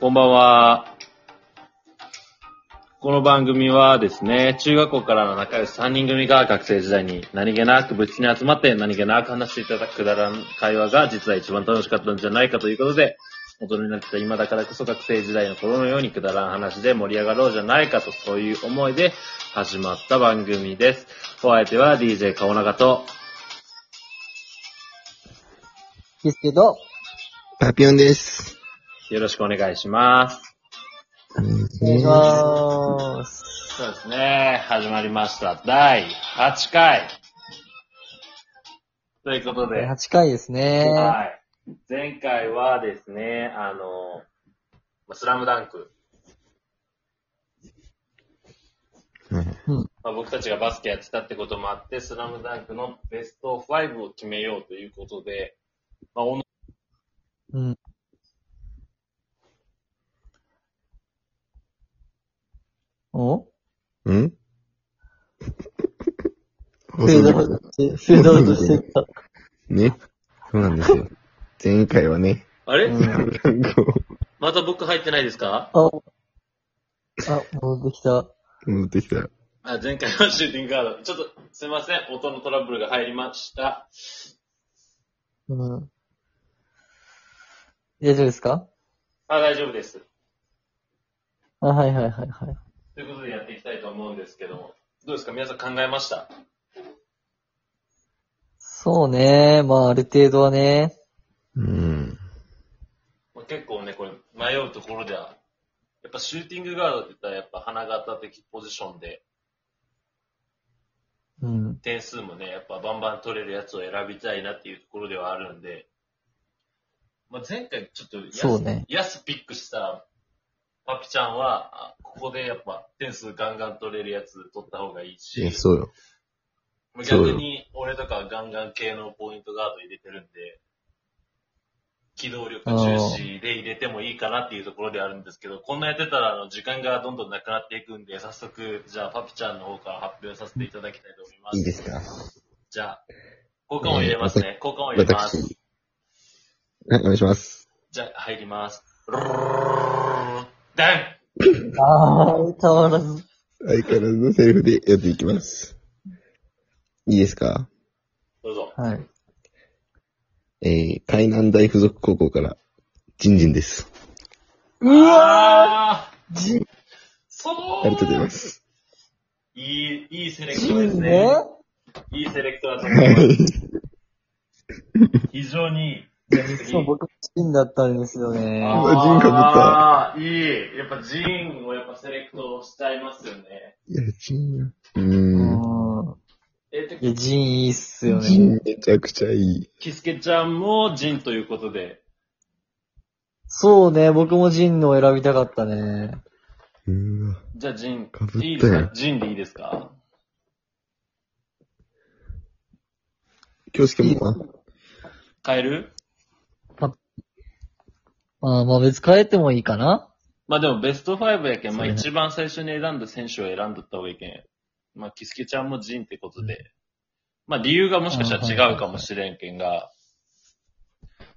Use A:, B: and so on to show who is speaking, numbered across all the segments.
A: こんばんは。この番組はですね、中学校からの仲良し3人組が学生時代に何気なく部室に集まって何気なく話していただくくだらん会話が実は一番楽しかったんじゃないかということで、大人になった今だからこそ学生時代の頃のようにくだらん話で盛り上がろうじゃないかとそういう思いで始まった番組です。お相手は DJ 顔長と、
B: ですけど、
C: パピオンです。
A: よろしくお願いします。
C: お願い
B: お願いします。
A: そうですね。始まりました。第8回。ということで、
B: 8回ですね。
A: はい。前回はですね、あの、まあスラムダンク。
B: うん。
A: まあ、僕たちがバスケやってたってこともあって、スラムダンクのベスト5を決めようということで、まあ、おの
B: うん。お
C: ん
B: フェードアウトして、フェードアウトしてった。
C: ね。そうなんですよ。前回はね、
A: あれ、
B: うん
C: なんか、
A: また僕入ってないですか
B: あ、あ、戻ってきた。
C: 戻ってきた。
A: あ前回のシューティングガード。ちょっと、すいません。音のトラブルが入りました。
B: うん。大丈夫ですか
A: あ、大丈夫です。
B: あ、はいはいはいはい。
A: ということでやっていきたいと思うんですけども、どうですか皆さん考えました
B: そうね。まあ、ある程度はね。
C: うん。
A: まあ結構ね、これ迷うところでは、やっぱシューティングガードって言ったらやっぱ花形的ポジションで、
B: うん。
A: 点数もね、やっぱバンバン取れるやつを選びたいなっていうところではあるんで、まあ、前回ちょっと安、
B: そうね
A: 安ピックしたパピちゃんは、あここでやっぱ点数ガンガン取れるやつ取った方がいい
C: いや、
A: し、
C: そうよ。
A: まあ
C: そうよ
A: 逆に俺とかはガンガン系のポイントガード入れてるんで、機動力重視で入れてもいいかなっていうところであるんですけど、こんなやってたらあの時間がどんどんなくなっていくんで、早速、じゃあパピちゃんの方から発表させていただきたいと思います。
C: いいですか
A: じゃあ、交換を入れますね。交換を入れま
C: 私。
A: す。
C: はい、お願いします。
A: じゃあ、入ります。ルルルルルルダン
B: ああ、変わらず。
C: 相変わらずのセリフでやっていきます。いいですか
A: どうぞ。
B: はい。
C: えー、海南大附属高校から、ジンジンです。
B: うわ
A: あー
B: ーじ、
A: そう
C: ありがとうございます。
A: いい、いいセレク
B: じ
A: トです
B: ん
A: ね
B: ね。。
A: いいセレクトだと思
C: はい
A: ます。
C: い。
A: 非常にい い。
B: そう、僕、ジンだったんですよね。
C: うわジンかぶった
A: あーいい。やっぱジーンをやっぱセレクトしちゃいますよね。
C: いや、ジンよ。う
B: う
C: ーん。
B: ん。
A: え、て
B: いや、ジンいいっすよ
C: ジン
B: ね。
C: めちゃくちゃいい。
A: キスケちゃんもジンということで。
B: そうね、僕もジンのを選びたかったね。
C: うわ。
A: じゃあジン
C: かぶ、ったよ
A: いいですかジンでいいですか
C: 今日しかもな、
A: 変える
B: あーまあ別に変えてもいいかな
A: まあでもベスト5やけん、まあ
C: そうね
A: 一番最初に選んだ選手を選んだった方がいいけん。まあキスケちゃんもジンってことで。まあ理由がもしかしたら違うかもしれんけんが、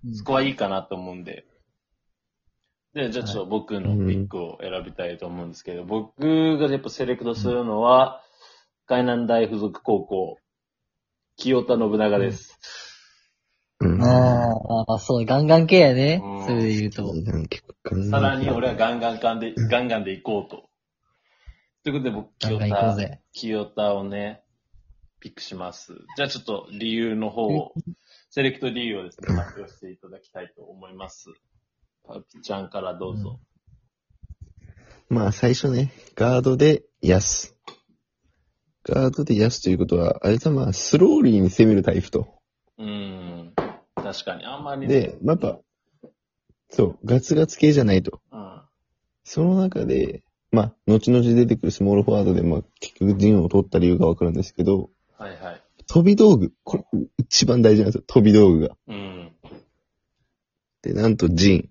B: うん
A: そこはいいかなと思うんで。で、じゃあちょっと僕のピックを選びたいと思うんですけど、僕がやっぱセレクトするのは、海南大附属高校、清田信長です。
C: うん。
B: あーあー、そう、ガンガン系やね
A: うん。
B: それで言うと。
C: なんか結構考えて
A: さらに俺はガンガンガンで、ガンガンで行こうと。ということで僕、
B: ガ
A: 清
B: ンガン行こう
A: 田
B: ぜ。
A: 清田をね、ピックします。じゃあちょっと理由の方を、セレクト理由をですね、発表していただきたいと思います。パピちゃんからどうぞ。
C: まあ最初ね、ガードでヤス。ガードでヤスということは、あれはまあスローリーに攻めるタイプと。
A: うーん。確かに、あんまりね。
C: で、まあやっぱ、そう、ガツガツ系じゃないと。
A: うん。
C: その中で、まあ、後々出てくるスモールフォワードで、まあ、結局陣を取った理由がわかるんですけど、
A: はいはい。
C: 飛び道具。これ、一番大事なんですよ。飛び道具が。
A: うん。
C: で、なんと陣。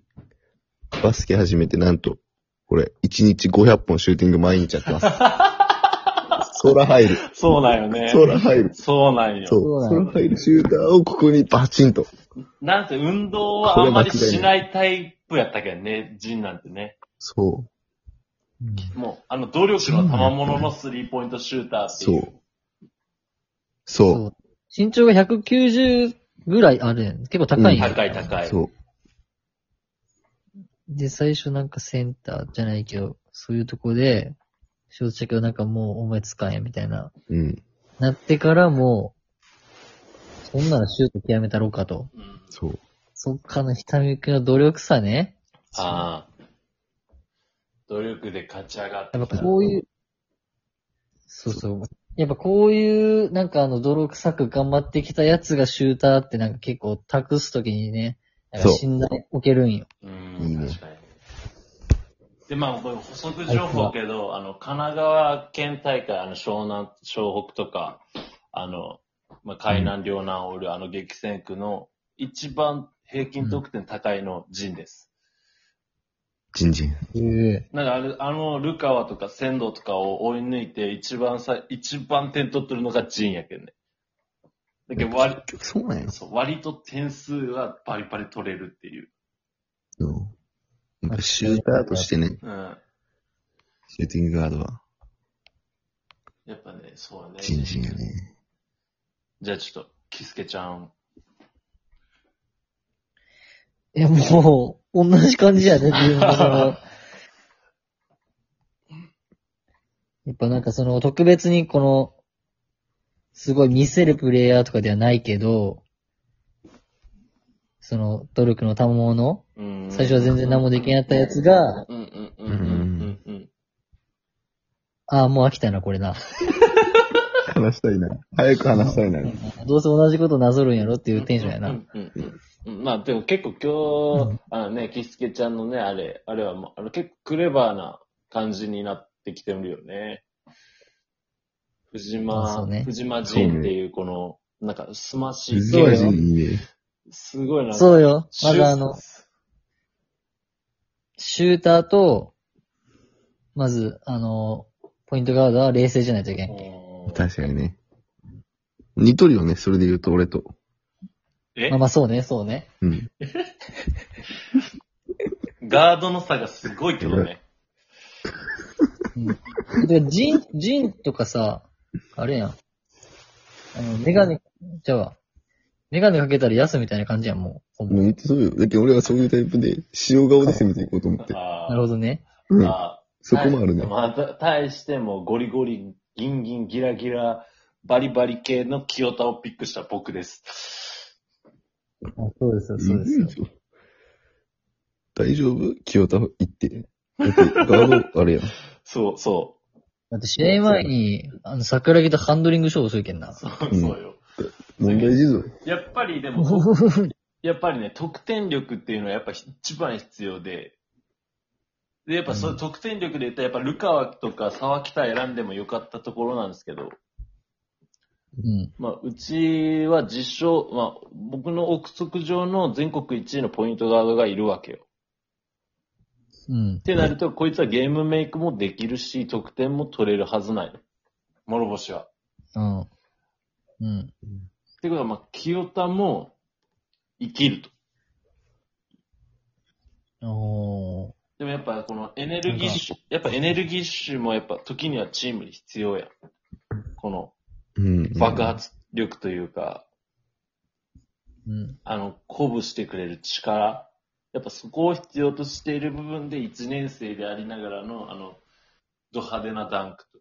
C: バスケ始めて、なんと、これ、1日500本シューティング毎日やっ てます。空入る。
A: そうなんよね。
C: 空入る。
A: そうなんよ。
C: そう。
B: そう
C: そ
B: な
C: の入るシューターをここにバチンと。
A: なんせ運動はあんまりしないタイプやったけどね、ジンなんてね。
C: そう。
A: もう、あの、努力の賜物のスリーポイントシューターって
C: そ
A: いうう。。
C: そ
B: 身長が190ぐらいあるやん。結構高いやん、
A: 高い高
C: う。
A: い。
C: そう。
B: で、最初なんかセンターじゃないけど、そういうとこで、正直なんかもうお前使えみたいな。
C: うん。
B: なってからもう、そんならシュート極めたろうかと。
A: うん
C: そう。
B: そっからのひたみくんの努力さね。
A: ああ。努力で勝ち上がった。
B: やっぱこういう、そうそう。やっぱこういう、なんかあの、泥臭く頑張ってきたやつがシューターってなんか結構託すときにね、なんか
C: そう
B: 信頼受けるんよ。
A: う
C: いい
A: ん、
C: ね
A: 確かに。で、まあ、これ補足情報けど、あの、神奈川県大会、あの、湘南、湘北とか、あの、まあ、海南、両南オール、あの、激戦区の一番平均得点高いの陣です。
C: ジンジン。
B: え
A: なんかあれ、あの、ルカワとか仙道とかを追い抜いて、一番さ、一番点取ってるのが陣やけんね。だけど割、
C: そうなんや。
A: そう割と点数はバリバリ取れるっていう。
C: そう。なんかシューターとしてね、
A: うん。
C: シューティングガードは、
A: やっぱね、そうね。
C: ジンジンやね。
A: じゃあちょっと、キスケちゃん。
B: え。いや、もう、同じ感 じやね、自分のそのやっぱなんかその、特別にこの、すごい見せるプレイヤーとかではないけど、その、努力の賜物
A: うん
B: 最初は全然何もできなかったやつ
A: う
B: が、
A: んうんうんうんうんうん。
B: ああ、もう飽きたな、これな。
C: 話したいな。早く話したいな。
B: どうせ同じことなぞるんやろっていうテンションや
A: う
B: な。
A: んうんうんうんまあでも結構今日、あのね、キスケちゃんのね、あれ、あれはもう、あの結構クレバーな感じになってきてるよね。藤
B: あそ
A: 間、
B: うね
A: 藤間仁っていうこの、なんかスマッシ
C: 藤
A: ュ
C: 沢
B: 間
A: 系
C: ジ
A: の
C: ンいいね。
A: すごいな。
B: そうよ。まずあの、
A: シ
B: シューターと、まず、あの、ポイントガードは冷静じゃないといけ
A: ュ
B: ん。
A: ート
C: 確かにね。似とるよね、それで言うと俺と。
A: え
B: まあまあそうね、そうね。
C: うん。
A: ガードの差がすごいけどね。
B: うん。 で、ジン、ジンとかさ、あれやん。あの、メガネ、じゃあ、メガネかけたら安みたいな感じやん、もう。ほぼ
C: もう似てそうよ。だって俺はそういうタイプで、塩顔で攻めていこうと思って。
A: あ
B: なるほどね。
A: ど
C: うん。そこもあるね。
A: また、対してもゴリゴリ、ギンギン、ギラギラ、バリバリ系の清田をピックした僕です。
B: あそうですよ、
C: い
B: そうですよ
C: い。ぞ大丈夫清田行って。だってガード、あ れやん。
A: そう、そ
B: だって試合前に、あの、桜木とハンドリング勝負するけんな
A: う。。そう、そうよ。
C: 問題児ぞ。
A: やっぱりでも、
B: う
A: やっぱりね、得点力っていうのはやっぱ一番必要で、で、やっぱその得点力で言ったら、やっぱルカワとか沢北選んでもよかったところなんですけど、
B: ん。
A: まあ、うちは実証、まあ、僕の憶測上の全国1位のポイントガードがいるわけよ。
B: うん
A: っ。てなると、こいつはゲームメイクもできるし、得点も取れるはずない。諸星は。
B: うん。うん。
A: ってことは、まあ、清田も生きると。
B: おー。
A: でもやっぱこのエネルギッシュ、やっぱエネルギッシュもやっぱ時にはチームに必要やん。この
C: うん。
A: 爆発力というか、
B: うん。
A: あの、鼓舞してくれる力。やっぱそこを必要としている部分で1年生でありながらの、あの、ド派手なダンクと。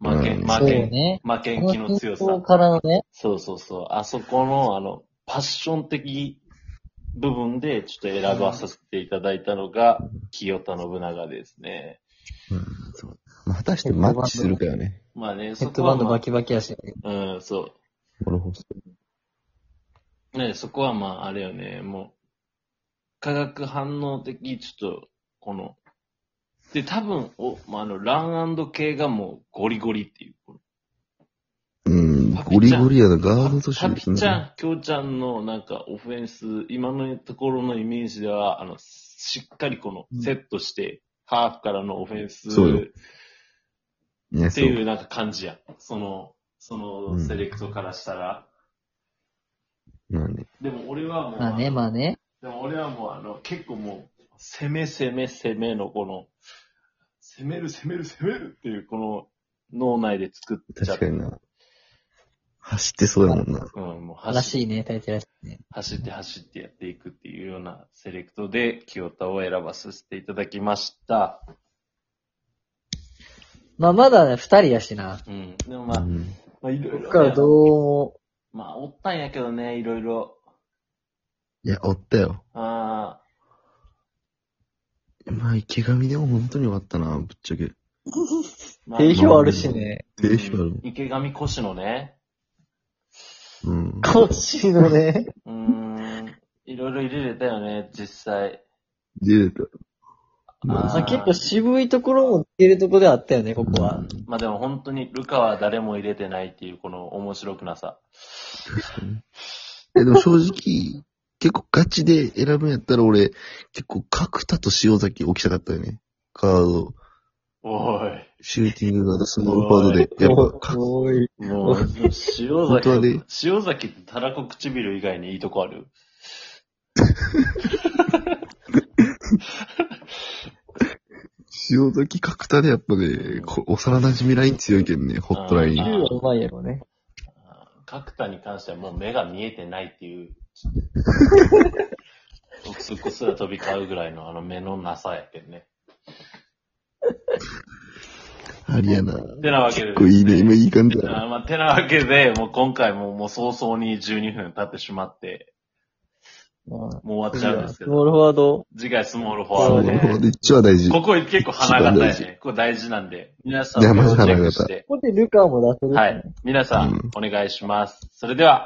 A: 負け、
C: うん
B: そう
A: 負け、
B: ね。
A: 負けん
B: こ
A: 気の強さ。
B: 空港からのね、
A: そうそうそう。あそこの、あの、パッション的部分で、ちょっと選ばさせていただいたのが、清田信長ですね。
C: うんそうまあ果たしてマッチするかよね。
A: まあね、
B: ヘ
A: そ
B: ッ
A: こ
B: ドバ
A: は、
B: ンド
A: ま
B: バキバキやし。
A: あ、うん、そ
C: 諸星
A: う。ね、そこはまあ、あれよね、もう、化学反応的、ちょっと、この、で、多分、お、まあ、あの、ラン系がもう、ゴリゴリっていう。
C: うん、
A: パピちゃん
C: ゴリゴリやな、ガードとシュ
A: ハ
C: ー
A: ピ
C: ティング
A: ちゃん、キョウちゃんのなんかオフェンス、今のところのイメージでは、あの、しっかりこ
B: う
A: の
B: ん
A: セットして、ハーフからのオフェンス
C: そうよ
A: っ
C: いや、
A: て
C: そう。
A: いうなんか感じやん。その、そのセレクトからしたら。
C: まあね。
A: でも俺はもう、
B: まあね、まあね。
A: でも俺はもうあの、結構もう、攻め攻め攻めのこの、攻める攻める攻めるっていうこの脳内で作っちゃっ
C: 確か
A: て、
C: にな。走ってそうやもんな。
A: うん、もう
B: ら
A: 走っ
B: しいね、大抵らしいね。
A: 走って走ってやっていくっていうようなセレクトで清田を選ばさせていただきました。
B: まあまだね、二人やしな。
A: うん。でもま
C: う
A: あ、
C: ん。
A: まあいろい
B: こっ
A: ろ
B: から
A: ね、
B: どうも、
A: まあおったんやけどね、いろいろ。
C: いや、おったよ。
A: あ
C: まあ、池上でも本当に終わったな、ぶっちゃけ。
A: ーまあ、
B: 定
C: 評
B: 評あるしね。
C: 定評あるもん。
A: 池上越のね、
C: うん。
B: 腰のね。
A: うーん、いろいろ入れれたよね、実際。
C: 出れた。
A: ま
B: まあ結構渋いところも出てるところではあったよね、ここ
C: う
B: は
C: ん。
A: まあでも本当にルカは誰も入れてないっていうこの面白くなさ。
C: え、でも正直、結構ガチで選ぶんやったら俺、結構角田と塩崎置きたかったよね。カード、
A: おい。
C: シューティングがスノーパードで。やっぱ、角
B: おい。
A: もう、塩
C: 本当は
A: 崎
C: ね、
A: 塩崎ってたらこ唇以外にいいとこある
C: 塩崎角田でやっぱね、こ幼馴染ライン強いけんね、ホットライ
A: あ
C: ン。
A: ー
B: うまいやろね。
A: 角田に関してはもう目が見えてないっていう。僕そこすら飛び交うぐらいのあの目のなさやけんね。
C: ありやな。
A: てなわけで
C: 結構いいね、今いい感じだな。
A: あーまあ、てなわけで、もう今回ももう早々に12分経ってしまって、
B: まあ
A: もう終わっちゃうんですけ
B: スモー
A: ど、
B: ルフォワード。
A: 次回スモールフォワ
C: そ
A: ード
C: う、
A: で、
C: ほんと一応は大事。
A: ここ結構花形や
C: 一番
A: ね。これ大事なんで、皆さん
C: いや
A: も
C: マジ
A: チェ
C: 花
A: ック
C: 形
A: して、
B: ここでルカも出せるしね。
A: はい。皆さん、お願いします。それでは、